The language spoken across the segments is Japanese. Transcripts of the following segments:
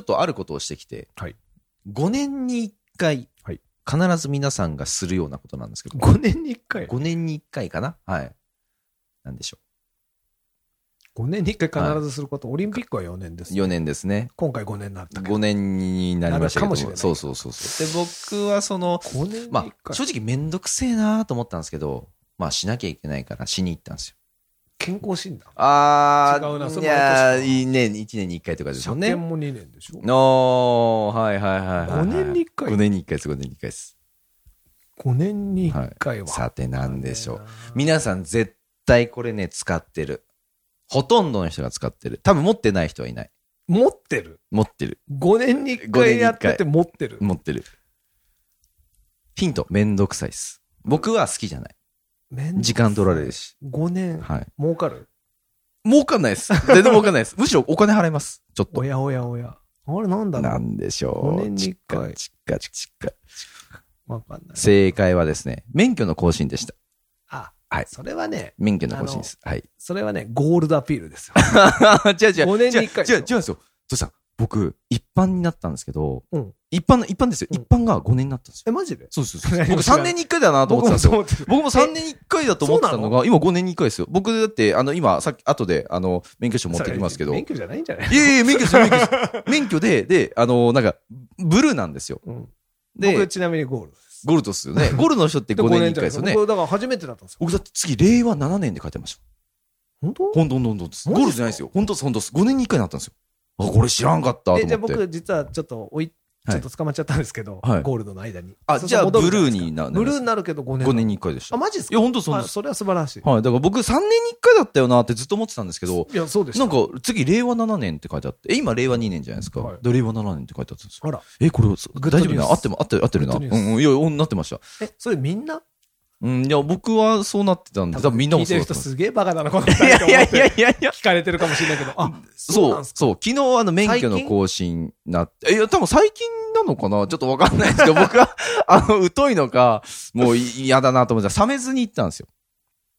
っとあることをしてきて、はい5年に1回、はい必ず皆さんがするようなことなんですけど、 5年に1回5年に1回かなはい。なんでしょ5年に1回必ずすること、オリンピックは4年でう。す4年ですね。今回5年になったけど5年になりましたけどなるかもしれないそうそうそうそう。で、僕はその、 5年に1ま回、あ、正直めんどくせえなと思ったんですけど、まあ、しなきゃいけないから、しに行ったんですよ。健康診断あー違うなそいれ毎年だやーいいね、1年に1回とかです車よね検。も2年でしょおー、はいはいはいはい、はい。 5年に1回5年に1回です、5年に1回です。 5年に1回は、さて何でしょう。みん皆さん絶対これね、使ってる。ほとんどの人が使ってる。多分持ってない人はいない。な持ってる持ってる。 5年に1回やってて持ってる持ってる。ヒント、めんどくさいっす。僕は好きじゃない。時間取られるし。 5年はい。儲かる儲かんないです。 全然儲かんないです。むしろお金払います。ちょっとお。やおやおやあれなんだろなうんでし五ょう。年にちっ一か回ちっかちっか。わかんない正解はですね、免許の更新でした。あ、はいそれはね免許の更新です。はい。それはねゴールドアピール ですよ違う違う。五年に一回でし違う違うょ違うんですよ。そしたら僕、一般になったんですけど、うん一般の、一般ですよ。うん一般が5年になったんですよ。えマジでそうそうそう。何も僕知らない3年に1回だなと思ってたんですよ。思ってる僕も3年に1回だと思ってたのが、今5年に1回ですよ。僕だって、あの、今、さっき、後で、あの、免許証持ってきますけど。 それい免許じゃないんじゃないやいや、免許証、免許証。免許で、で、あの、なんか、ブルーなんですよ。うん僕で、ちなみにゴールドですゴルトっすよね。ゴルトの人って5年に1回ですよね。僕だから初めてだったんですよ僕だって次、令和7年で書いてました。本当ほんとほんとほんとです。マゴジールドっすかじゃないですよ。ほんとです、ほんとです。5年に1回になったんですよ。あ、これ知らんかったと思っえて。じゃあ僕実はちょっとおいちょっと捕まっちゃったんですけど、はいゴールドの間にあそうじゃあ戻るじゃないでブすかルーにななりますブルーになるけど5年5年に1回でしたあ。マジですかいや本当そうですあそれは素晴らしい、はい。だから僕3年に1回だったよなってずっと思ってたんですけど、い、やそうでしたなんか次、令和7年って書いてあって、え今、令和2年じゃないですか。はいで令和7年って書いてあったんですよ。あらえ、これ、大グッド丈夫ニューなス合っても合ってる合ってるな。うグッドニュースんうん。いや、うんなってました。えそれみんなうん、いや、僕はそうなってたんで、多分みんなも聞いてそうるだった人んです。すげえバカだなこの人と思って いやいや。聞かれてるかもしれないけどあそうそなんう、すかそう、昨日あの免許の更新なって、えいや、多分最近なのかなちょっ とわかんないですけど、僕は、あの、疎いのか、もう嫌だなと思ってた。鮫ずに行ったんですよ。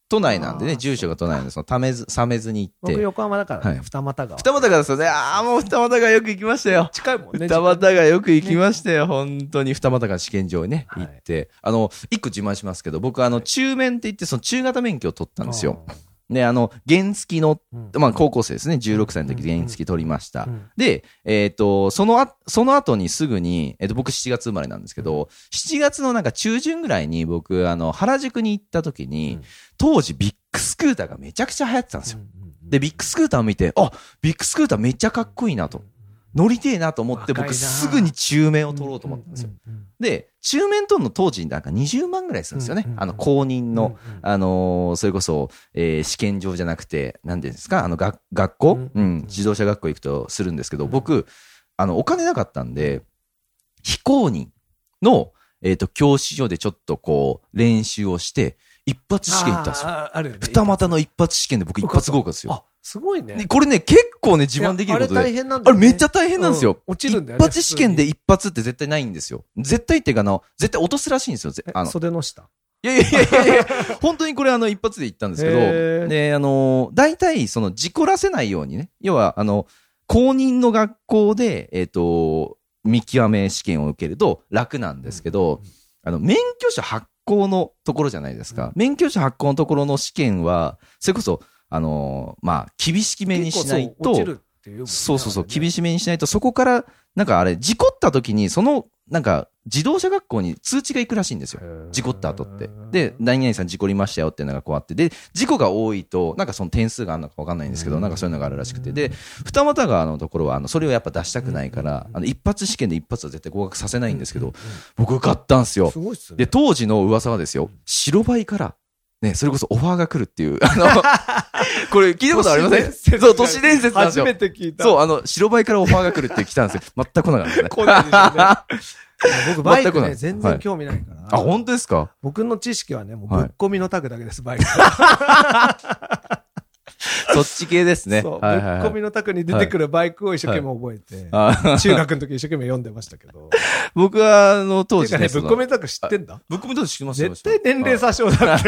都内なんであね、ー住所が都内なんで、その、ためず、鮫ずに行っ僕て。横浜だからね、はい二股川二股がですよね、ああ、もう二股がよく行きましたよ。近いもんね二股がよく行きましたよ、本当に二股が試験場にね、はい行って。あの、一個自慢しますけど、僕、あの、中免って言って、その中型免許を取ったんですよ。、ね、あの、原付の、うんまあ、高校生ですね、16歳の時うん原付取りましたう。んで、えっ、と、そのあ、その後にすぐに、えっ、と、僕7月生まれなんですけど、7月のなんか中旬ぐらいに僕、あの、原宿に行った時に、うん当時ビッグスクーターがめちゃくちゃ流行ってたんですよ。で、ビッグススクーターを見て、あ、ビッグスクーターめっちゃかっこいいなと。乗りてえなと思って、若いな僕すぐに中面を取ろうと思ったんですよ。で、中面取るの当時なんか20万ぐらいするんですよねうんう。んうんあの、公認の、うんうんあのーそれこそ、えー試験場じゃなくて、何ですか、あの学学校、うんうん自動車学校行くとするんですけど、うん僕、あのお金なかったんで、非公認の、えー、と教師所でちょっとこう練習をして、一発試験行ったんですよ。あーあるよね二股の一発試験で僕、一発合格ですよ。あすごいねでこれね、結構ね、自慢できることいやあれ大で。変なんだあよれねめっちゃ大変なんですよ。うん落ちるんだよ一ね発試験で一発って絶対ないんですよ。絶対っていうかあの、絶対落とすらしいんですよ。ぜえあの袖の下いやいやいやいやいや、本当にこれあの一発で言ったんですけへど、ーで、あの、大体その事故らせないようにね、要はあの、公認の学校で、えっ、と、見極め試験を受けると楽なんですけど、あの、免許証発行のところじゃないですか。うん免許証発行のところの試験は、それこそ、あの、まあ、厳しめにしない結構そう落ちと、るっていうもんねそうそうそう、あれね厳しめにしないと、そこから、なんかあれ、事故った時に、その、なんか、自動車学校に通知が行くらしいんですよ。事故った後って。で、何々さん事故りましたよっていうのがこうあって、で、事故が多いと、なんかその点数があるのか分かんないんですけど、なんかそういうのがあるらしくて、で、二股川のところは、あの、それをやっぱ出したくないから、あの、一発試験で一発は絶対合格させないんですけど、僕受かったんすよす。ごいっすねで、当時の噂はですよ、白バイからね、それこそオファーが来るっていう、あの、 これ聞いたことありません そう、都市伝説なんです初よめ。て聞いた。そう、あの、白バイからオファーが来るって来たんですよ。全く来なかったですね。来ないでしょうね 僕、バイ全くクないね、全然興味ないから。あ、本当ですか僕の知識はね、もうぶはいっ込みのタグだけです、バイク。 そっち系ですね。そう、ぶっはいはいは込いみのタグに出てくるバイクを一生懸命覚えて、あ中学の時一生懸命読んでましたけど。僕は、あの、当て時かね、ぶそっの込みのタグ知ってんだぶっこみと知ってます絶対年齢詐称だっ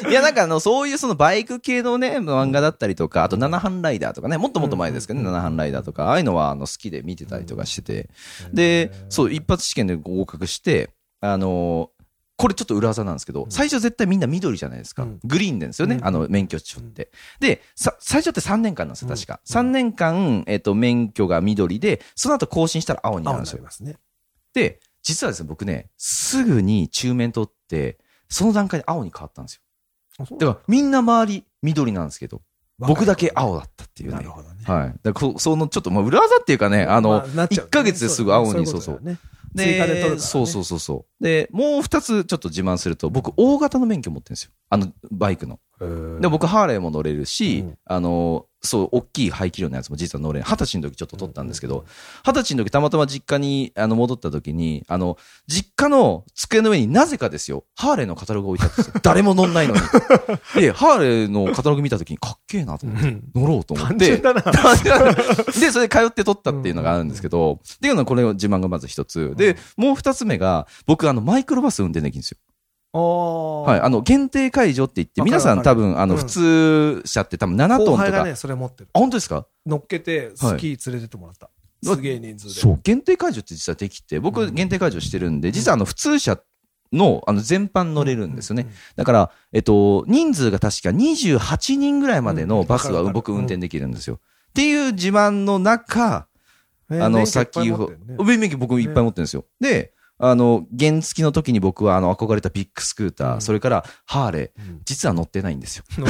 て。 いや、なんかあの、そういうそのバイク系のね、漫画だったりとか、あと、七班ライダーとかね、もっともっと前ですけどね、七班ライダーとか、ああいうのはあの好きで見てたりとかしてて、で、そう、一発試験で合格して、あのーこれちょっと裏技なんですけど、最初絶対みんな緑じゃないですか。うんグリーンなんですよね、うんあの、免許証って。で、さ、最初って3年間なんですよ、確か。3年間、えっ、と、免許が緑で、その後更新したら青になる青んにですなより。ますね。で、実はですね、僕ね、すぐに中面取って、その段階で青に変わったんですよ。だから、みんな周り緑なんですけど、僕だけ青だったっていうね。なるほどね。はい。だからそ、そのちょっと、まあ、裏技っていうかね、あの、まあ1ヶ月ですぐ青に、そうそう。。なっちゃうねそういうことだよね追加で取るからねそうそうそうそう。で、もう2つちょっと自慢すると、僕、大型の免許持ってるんですよ。あの、バイクの。で、で、僕、ハーレーも乗れるし、うんあの、そう、大きい排気量のやつも実は乗れる。二十歳の時ちょっと撮ったんですけど、二十歳の時たまたま実家にあの戻った時に、あの、実家の机の上になぜかですよ、ハーレーのカタログが置いてあったんです よ。誰も乗んないのに。で、ハーレーのカタログ見た時にかっけえなと思って、うん乗ろうと思っ 単て純。だ な。で、それで通って撮ったっていうのがあるんですけど、っていうのはこれが自慢がまず一つ。で、もう二つ目が、僕、あの、マイクロバス運転できるんですよ。は、はいあの限定解除って言って、わかる皆さん、わか多る分あの、うん普通車って、多分7トン後と輩か、がね、それ持ってる。あ本当ですか乗っけて、スキー連れてってもらった。すげえ人数で。そう、限定解除って実はできて、う僕、ん限定解除してるんで、実はあの普通車のあの全般乗れるんですよね、だから、えっと、人数が確か28人ぐらいまでのバスはうんわかるわかる僕、運転できるんですよ。っていう自慢の中、うん。あの、先先ほほどど、。免許僕いっぱい持ってるんですよ。で、あの、原付の時に僕はあの憧れたビッグスクーター、うんそれからハーレー、うん実は乗ってないんですよ。乗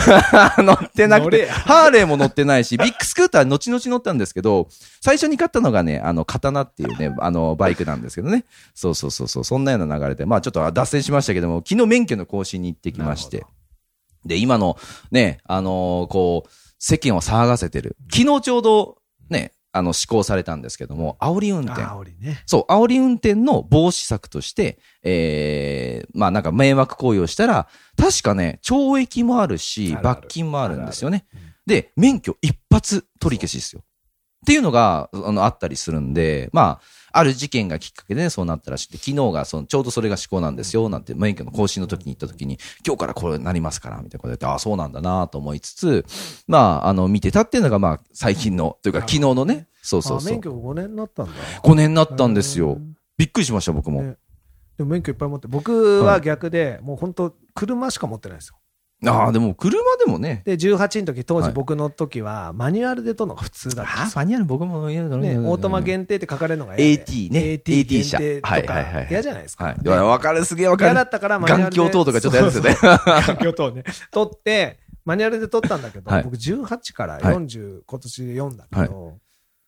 乗ってなく乗れて、やハーレーも乗ってないし、ビッグスクーター後々乗ったんですけど、最初に買ったのがね、あの、刀っていうね、あの、バイクなんですけどね。そうそうそうそう、そんなような流れで、まあちょっと脱線しましたけども、昨日免許の更新に行ってきましなてる、で、今のね、あのーこう、世間を騒がせてる。昨日ちょうどね、あの、施行されたんですけども、煽り運転。あおりね。そう、煽り運転の防止策として、えー、まあなんか迷惑行為をしたら、確かね、懲役もあるし、あるある罰金もあるんですよね。で、免許一発取り消しですよ。っていうのが、あの、あったりするんで、まあ、ある事件がきっかけでねそうなったらしくて、昨日がその、ちょうどそれが施行なんですよ、なんて、免許の更新の時に行った時に、今日からこれなりますから、みたいなこと言って、ああ、そうなんだなと思いつつ、まあ、あの、見てたっていうのが、まあ、最近の、というか、昨日のね、そうそうあ、そう免。許5年になったんだ。 5年になったんですよう。んびっくりしました、僕も。ねでも免許いっぱい持って、僕は逆で、もう本当車しか持ってないんですよ。ああ、でも車でもね。で、18の時、当は時い僕の時は、マニュアルで取るのが普通だったんでフすァニアル僕も嫌だよ。ね、オートマ限定って書かれるのが嫌で AT ね。 AT 限車定はといはいはかい。嫌じゃないですか。はい。ねわかる、すげえわか嫌だる。ったからマニュア眼ルで。鏡等とかちょっと嫌ですよね。 環境等ね。取って、マニュアルで取ったんだけど、はい僕18からはい40、今年で4だけど、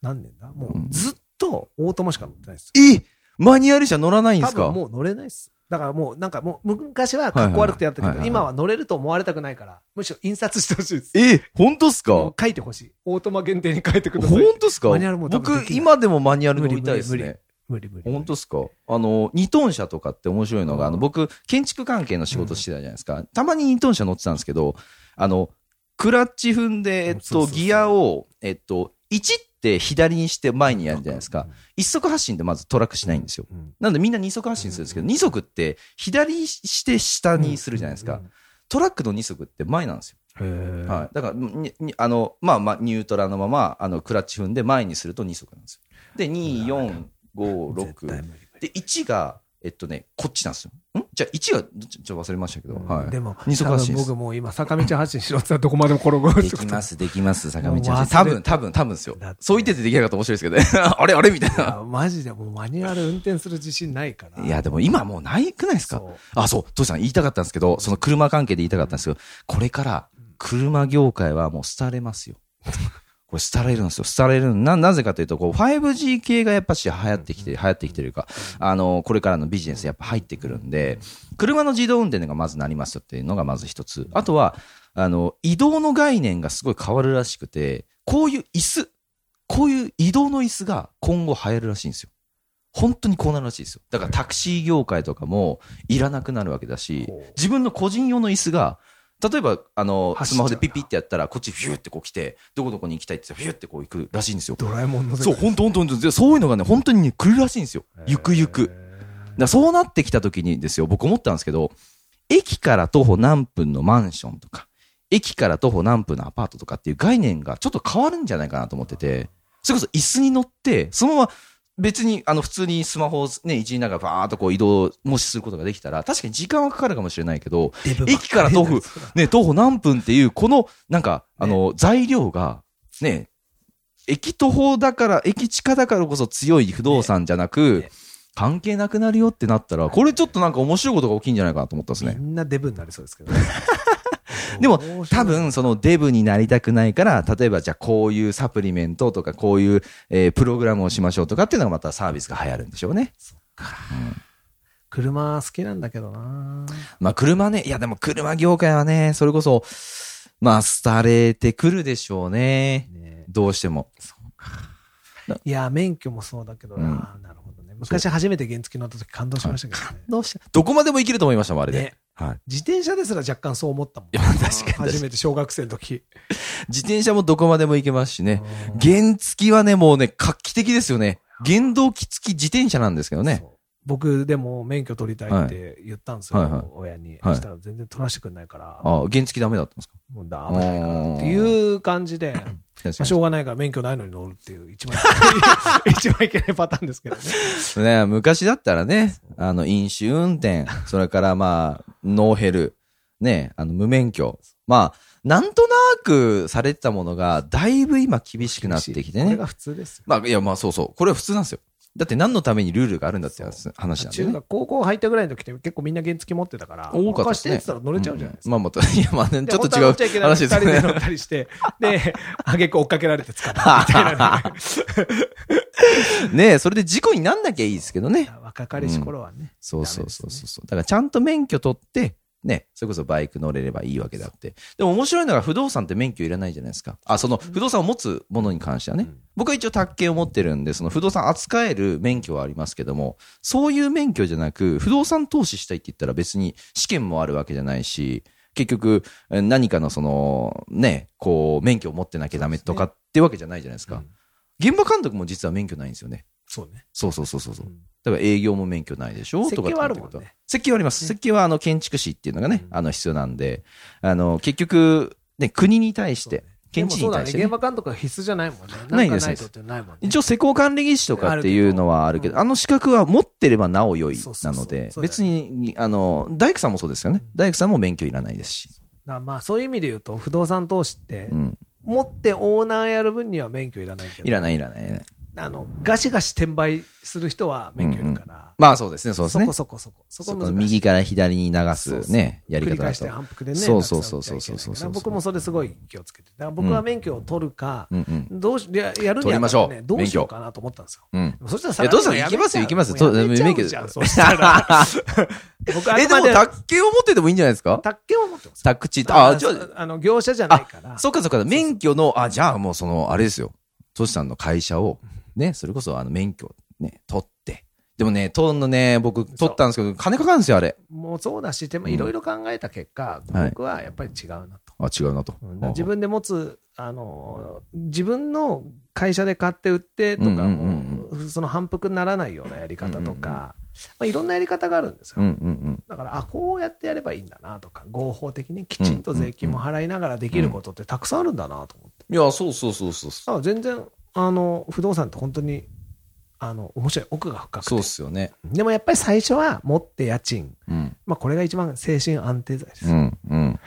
何年だもうずっとオートマしか乗ってないです。えマニュアル車乗らないんで多すか分もう乗れないです。だからもうなんかもう昔はかっこ悪くてやったけはいはいど、はい今は乗れると思われたくないから、むしろ印刷してほしいです。え、本当っすもかう書いてほしい。オートマ限定に書いてくださ本い。当っすかマニュアルも多分僕で、きない今でもマニュアル乗りたいです無理無ね。無理無理。本当っすかあの、二トン車とかって面白いのが、あの、うん僕、建築関係の仕事してたじゃないですか。たまに二トン車乗ってたんですけど、あの、クラッチ踏んで、えっそうと、そうそうギアを、えっと、1って左にして前にやるじゃないですか。一足発進でまずトラックしないんですよ。うん。なのでみんな二足発進するんですけど、二足って左して下にするじゃないですか。トラックの二足って前なんですよ。うん。ははい。だから、ににあの、まあまあ、ニュートラのまま、あの、クラッチ踏んで前にすると二足なんですよ。で、2、4、5、絶対6。無理無理で、1が、えっとね、こっちなんですよ。んじゃあ1が、ちょちょっと忘れましたけど、はい。でも、二足多発分進です僕もう今、坂道発進しろって言ったらどこまでも転がるできます、できます、坂も道うは。多忘れ分、多分、多分ですよだっ。てそう言っててできなかったら面白いですけどね。 あれ、あれみたいいな。やマジでもうマニュアル運転する自信ないから。いや、でも今もうないくないですかそうあ、そう、トシさん言いたかったんですけど、その車関係で言いたかったんですけど、これから車業界はもう廃れますよ。これ廃れるんですよ。廃れるな、なぜかというと、こう、5G 系がやっぱし流行ってきて、流行ってきてるか、あの、これからのビジネスやっぱ入ってくるんで、車の自動運転がまずなりますよっていうのがまず一つ。あとは、あの、移動の概念がすごい変わるらしくて、こういう椅子、こういう移動の椅子が今後流行るらしいんですよ。本当にこうなるらしいですよ。だからタクシー業界とかもいらなくなるわけだしほう、自分の個人用の椅子が、例えば、あの、ス走っちゃマうホでピッピってやったら、こっちヒューってこう来て、どこどこに行きたいって言ったらヒューってこう行くらしいんですよ。ドラえもんの世そう、界本当本当本当でそういうのがね、本当にね、来るらしいんですよ。ゆくゆく。だかへらそうなってきた時にですよ、僕思ったんですけど、駅から徒歩何分のマンションとか、駅から徒歩何分のアパートとかっていう概念がちょっと変わるんじゃないかなと思ってて、それこそ椅子に乗って、そのまま別にあの普通にスマホをね、いじりながらバーっとこう移動もしすることができたら、確かに時間はかかるかもしれないけど、ーデブばっり駅から徒歩ね、徒歩何分っていう、この、なんか、あの、材料が、ね、駅徒歩だから、駅地下だからこそ強い不動産じゃなく、ね関係なくなるよってなったら、これちょっとなんか面白いことが起きんじゃないかなと思ったんですみね。んなデブになりそうです けどでもどうしよ多う分、そのデブになりたくないから、例えばじゃあこういうサプリメントとか、こういう、えープログラムをしましょうとかっていうのがまたサービスが流行るんでしょうね。車好きなんだけどなまあ車ね、いやでも車業界はね、それこそ、まあ、廃れてくるでしょうね。ねどうしても。いや免許もそうだけどな、なるほどね昔初めて原付乗った時感動しましたけどね、どうしたどこまでもいけると思いましたもん、あれで。ねはい、 自転車ですら若干そう思ったもんいや確かに確かに初めて小学生の時自転車もどこまでも行けますしね。うん原付はね、もうね、画期的ですよね。原動機付き自転車なんですけどねそ。う僕でも免許取りたいって言ったんですよ、はいはい親に、はいしたら全然取らせてくれないから、ああ原付ダメだったんですかもうダメだからっていう感じで、まあ、しょうがないから免許ないのに乗るっていう一番 一番いけないパターンですけどねね、昔だったらね、あの、飲酒運転、それからまあ、ノーヘル、ね、あの、無免許。まあ、なんとなくされてたものが、だいぶ今厳しくなってきてこれねが。普通ですよまあ、いや、まあそうそう。これは普通なんですよ。だって何のためにルールがあるんだって話話なんで中ね。学高校入ったぐらいの時って結構みんな原付持ってたから多かったで貸しすてねって言ったら乗れちゃうじゃないですか、まあまた、いやまあね、でちょっと本当は乗ちゃ違いけうないの話ですねに二人で。乗ったりして、で、あげく追っかけられて捕まるみたいな ね、ねえ、それで事故になんなきゃいいですけどね。若かりし頃はね、そうそうそうそうそう。だからちゃんと免許取って、ね、それこそバイク乗れればいいわけだって。でも面白いのが不動産って免許いらないじゃないですか。あ、その不動産を持つものに関してはね。うん僕は一応宅建を持ってるんで、その不動産扱える免許はありますけども、そういう免許じゃなく、不動産投資したいって言ったら別に試験もあるわけじゃないし、結局え何かのその、ね、こう、免許を持ってなきゃダメとかってわけじゃないじゃないですか。現場監督も実は免許ないんですよね。そうね、そうそうそうそうそうう。ん例えば営業も免許ないでしょ設と計かってはあるもんねことは設計はあります。ね設計はあの建築士っていうのがね、うんあの必要なんで、あの結局、ね、国に対して、で県も知事そうにだ対しね、てね、現場監督は必須じゃないもんね。ないんでかすないとってないもんね。一応施工管理技師とかっていうのはあるけど、ああの資格は持ってればなお良いそうそなうそうので、そうだよね別に、あの、大工さんもそうですよねうん。大工さんも免許いらないですし。だからまあそういう意味で言うと、不動産投資ってう、ん。持ってオーナーやる分には免許いらないけど、いらないいらないいらない。あのガシガシ転売する人は免許いるから、まあそうですね、そうですねこ。そこそこ、そこそこ難しい右から左に流そうすそうね、やり繰方り返だしてと。反復でね、そうそうそうそうそうなくさなきゃいけそうそうそうそうないから僕もそれすごい気をつけて、だから僕は免許を取るか、うんうんどうしややるん取りやっましたょうらね、どうしようかなと思ったんですよ。うん。そしたらいやどうせ行きますよ、行きますよ。と免免許許でじゃん、そうしたら。僕はえ、でも、卓球を持っててもいいんじゃないですか宅建を持ってます。宅地。あ、じゃあそうあの、業者じゃないから。そっかそっか、免許の、あ、じゃあもうその、あれですよ。トシさんの会社を、ね、それこそあの免許、ね、取って。でもね、取んのね、僕取ったんですけど、金かかるんですよ、あれ。もうそうだし、でもうんいろいろ考えた結果、はい僕はやっぱり違うなと。あ、違うなと。うん自分で持つ、あの、自分の会社で買って売ってとか、うんうんもうその反復にならないようなやり方とか、まあ、いろんなやり方があるんですよ。うんうんだから、あ、こうやってやればいいんだなとか、合法的にきちんと税金も払いながらできることってたくさんあるんだなと思って。うん。いや、そうそうそうそうそう。だから全然、あの、不動産って本当に、あの、面白い、奥が深くてそうっすよね。でもやっぱり最初は持って家賃。うん。まあこれが一番精神安定剤です。うんうん。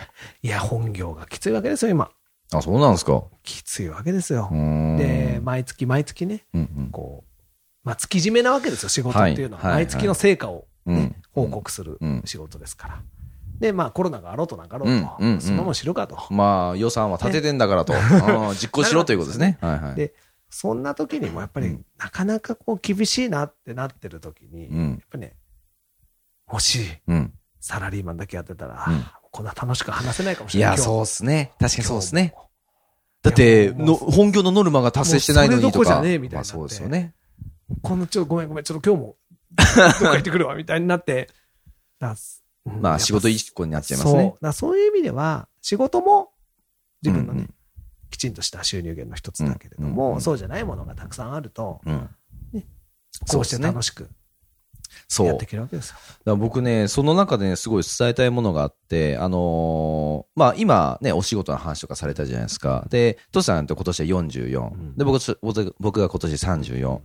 いや、本業がきついわけですよ、今。あ、そうなんですか。きついわけですよう。ーん。で、毎月毎月ね、うんうん。こう、まあ月締めなわけですよ、仕事っていうのは。はいはい毎月の成果をね、うん報告するうん仕事ですから。で、まあ、コロナがあろうとなかろうと、うんうんうんそんなもん知るかと。まあ、予算は立ててんだ からと、うん実行しろということですね。はいはい。で、そんな時にもやっぱうりん、なかなかこう厳しいなってなってる時に、うやっん。ぱね、もしうん。サラリーマンだけやってたら、うんこんな楽しく話せないかもしいれない。。や、そううっすね。確かにそうっすね。今日も。だって、いやものう本業のノルマが達成してないのにとか。もうそれどころじゃねえみたいになってまあそうですよね。このちょっとごめんごめん、ちょっと今 日も、どっか行ってくるわ、みたいになって、だうんまやっあぱ仕事一個になっちゃいますそうだねか。らそういう意味では、仕事も自分のね、うんきちんとした収入源の一つだけれども、うんうんそうじゃないものがたくさんあると、うん。こうして楽しくそう。やっだてかいけるわけですよ。ら僕ね、その中でね、すごい伝えたいものがあって、あのーまあ今ね、お仕事の話とかされたじゃないですか。で、トシさんって今年は44。んで、僕つ、僕僕が今年34。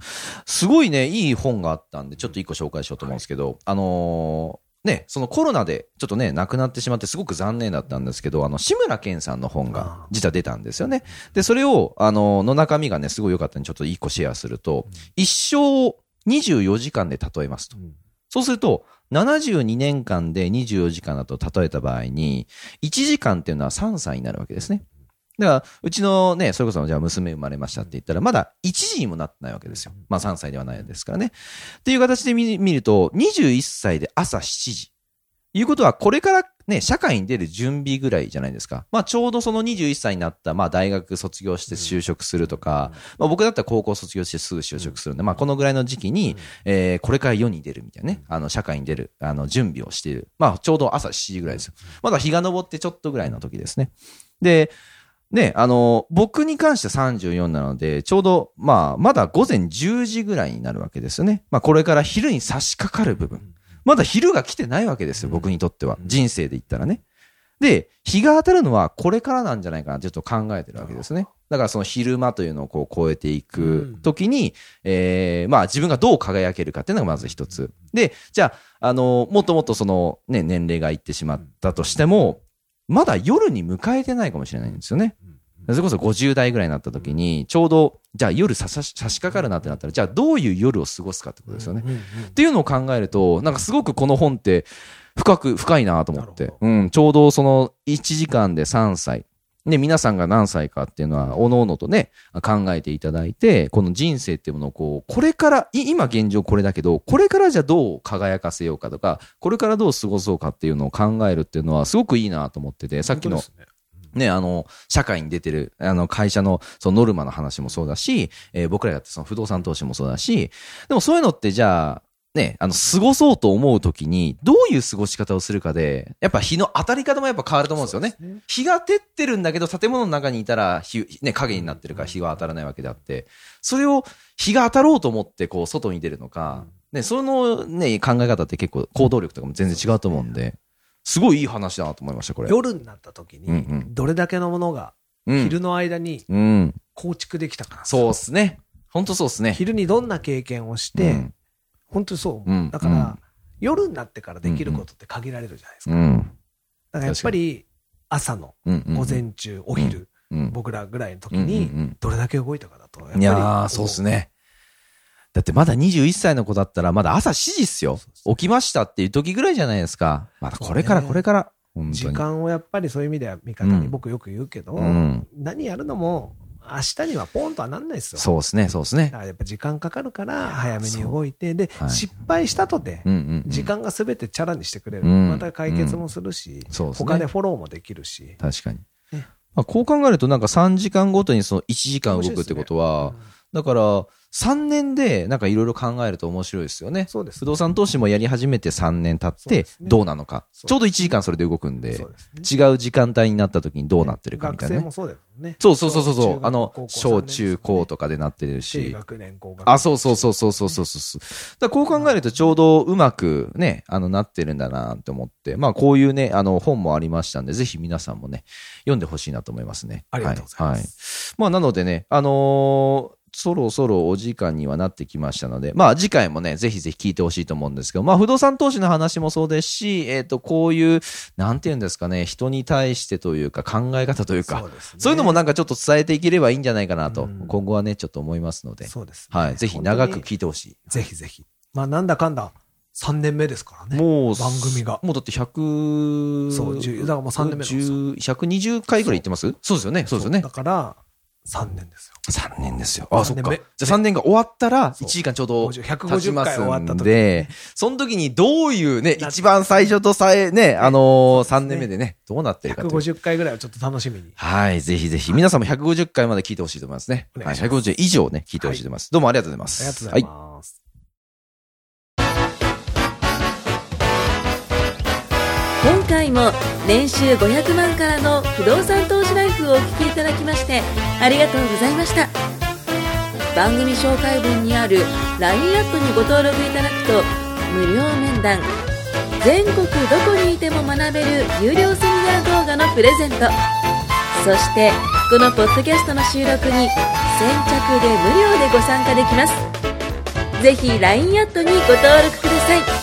すごいね、いい本があったんで、ちょっと一個紹介しようと思うんですけど、あのーね、そのコロナでちょっとね、亡くなってしまって、すごく残念だったんですけど、あの、志村けんさんの本があー実は出たんですよね。で、それを、あのーの中身がね、すごい良かったんで、ちょっと一個シェアすると、一生を24時間で例えますと。そうすると、72年間で24時間だと例えた場合に、1時間っていうのは3歳になるわけですね。だから、うちのね、それこそ、じゃあ娘生まれましたって言ったら、まだ1時にもなってないわけですよ。まあ3歳ではないですからね。っていう形で見見ると、21歳で朝7時。いうことは、これからね、社会に出る準備ぐらいじゃないですか。まあちょうどその21歳になった、まあ大学卒業して就職するとか、まあ僕だったら高校卒業してすぐ就職するんで、まあこのぐらいの時期に、えーこれから世に出るみたいなね、あの、社会に出る、あの、準備をしている。まあ、ちょうど朝7時ぐらいですよ。まだ日が昇ってちょっとぐらいの時ですね。で、ね、あの、僕に関して34なので、ちょうど、まあ、まだ午前10時ぐらいになるわけですよね。まあ、これから昼に差し掛かる部分。まだ昼が来てないわけですよ、僕にとっては。人生で言ったらね。で、日が当たるのはこれからなんじゃないかなってちょっと考えてるわけですね。だからその昼間というのをこう超えていく時に、えーまあ自分がどう輝けるかっていうのがまず一つ。で、じゃあ、あの、もっともっとそのね、年齢がいってしまったとしても、まだ夜に迎えてないかもしれないんですよね。それこそ50代ぐらいになった時に、ちょうど、じゃあ夜差し差し掛かるなってなったら、じゃあどういう夜を過ごすかってことですよね。うんうんっていうのを考えると、なんかすごくこの本って深く、深いなと思っなてる。うん、ちょうどその1時間で3歳。ね、皆さんが何歳かっていうのは、おのおのとね、考えていただいて、この人生っていうものをこう、これから、い今現状これだけど、これからじゃどう輝かせようかとか、これからどう過ごそうかっていうのを考えるっていうのは、すごくいいなと思ってて、さっきの、本当ですねね、あの、社会に出てる、あの、会社の、そのノルマの話もそうだし、えー僕らがやってその不動産投資もそうだし、でもそういうのってじゃあ、ね、あの、過ごそうと思うときに、どういう過ごし方をするかで、やっぱ日の当たり方もやっぱ変わると思うんですよね。日が照ってるんだけど、建物の中にいたら、日、ね、影になってるから日が当たらないわけであって、それを日が当たろうと思って、こう、外に出るのか、ね、そのね、考え方って結構行動力とかも全然違うと思うんで、すごいいい話だなと思いました、これ。夜になった時うんうに、んどれだけのものがうん昼の間にうん。構築できたかな。そうっすね。ほんとそうっすね。昼にどんな経験をしうてん、本当にそううん思う。だから、夜になってからできることって限られるじゃないですうか。ん。だからやっぱり、朝の、うんうん。午前中、お昼、うん僕らぐらいの時うんうんうにん、どれだけ動いたかだと。やっぱいりやー、そうっす。ね。だってまだ21歳の子だったら、まだ朝7時っすよ。起きましたっていう時ぐらいじゃないですか。まだこれからそうねこれから。本時当に。間をやっぱりそういう意味では味方うにん僕よく言うけど、うん何やるのも明日にはポンとはなんないですよ。そうっすね、そうっすだねか。らやっぱ時間かかるから早めそにう動いて、で、はい失敗したとてうん、うんうん。時。間がすべてチャラにしてくれる。うんまた解決もするし、そうっすね他でフォローもできるし。確かにね。まあこう考えると、なんか3時間ごとにその1時間動くってことは、だから、3年でなんかいろいろ考えると面白いですよね。そうです不動産投資もやり始めて3年経そうでってす、ねどうなのか。そうですちょうど1時間それで動くんでそうで、すね違う時間帯になった時にどうなってるかみた学いな生ねも。そうだよね。そうそうそうそうそう。あ高の校、小中高とかでなってる低し。学年、高学年。あ、そうそうそうそうそうそうそう。だからこう考えるとちょうどうまくね、あの、なってるんだなって思って、まあこういうね、あの、本もありましたんで、ぜひ皆さんもね、読んでほしいなと思いますね。ありがとうございますははいまあなのでね、あのーそろそろお時間にはなってきましたので、まあ次回もね、ぜひぜひ聞いてほしいと思うんですけど、まあ不動産投資の話もそうですし、えっ、と、こういう、なんていうんですかね、人に対してというか考え方というか、そうですねそういうのもなんかちょっと伝えていければいいんじゃないかなと、うん今後はね、ちょっと思いますので、そうですねはい、ぜひ長く聞いてほしい。ぜひぜひ。まあ、なんだかんだ、 3年目ですからね。もう、番組がもうだって100、そう10だからもう三年目だ10 120回ぐらい行ってますそうですよね。そうですよねだ。から、3年ですよ。 3年ですよ。あ、そっか。三じ年ゃ目あ3年が終わったら、そう1時間ちょうど50 150経ちます回終わったん時で、その時にどういうね、一番最初とさえね、あのー、3年目でね、どうなってるかという。 150回ぐらいはちょっと楽しみに。はい、ぜひぜひ。皆さんも150回まで聞いてほしいと思いますね。おはい、願いします150以上ね、聞いてほしいと思います。どうもありがとうございまあす。りがとうございます。今回も年収500万からの不動産投資ライフをお聞きいただきましてありがとうございました番組紹介文にある LINE アップにご登録いただくと無料面談全国どこにいても学べる有料セミナー動画のプレゼントそしてこのポッドキャストの収録に先着で無料でご参加できますぜひ LINE アットにご登録ください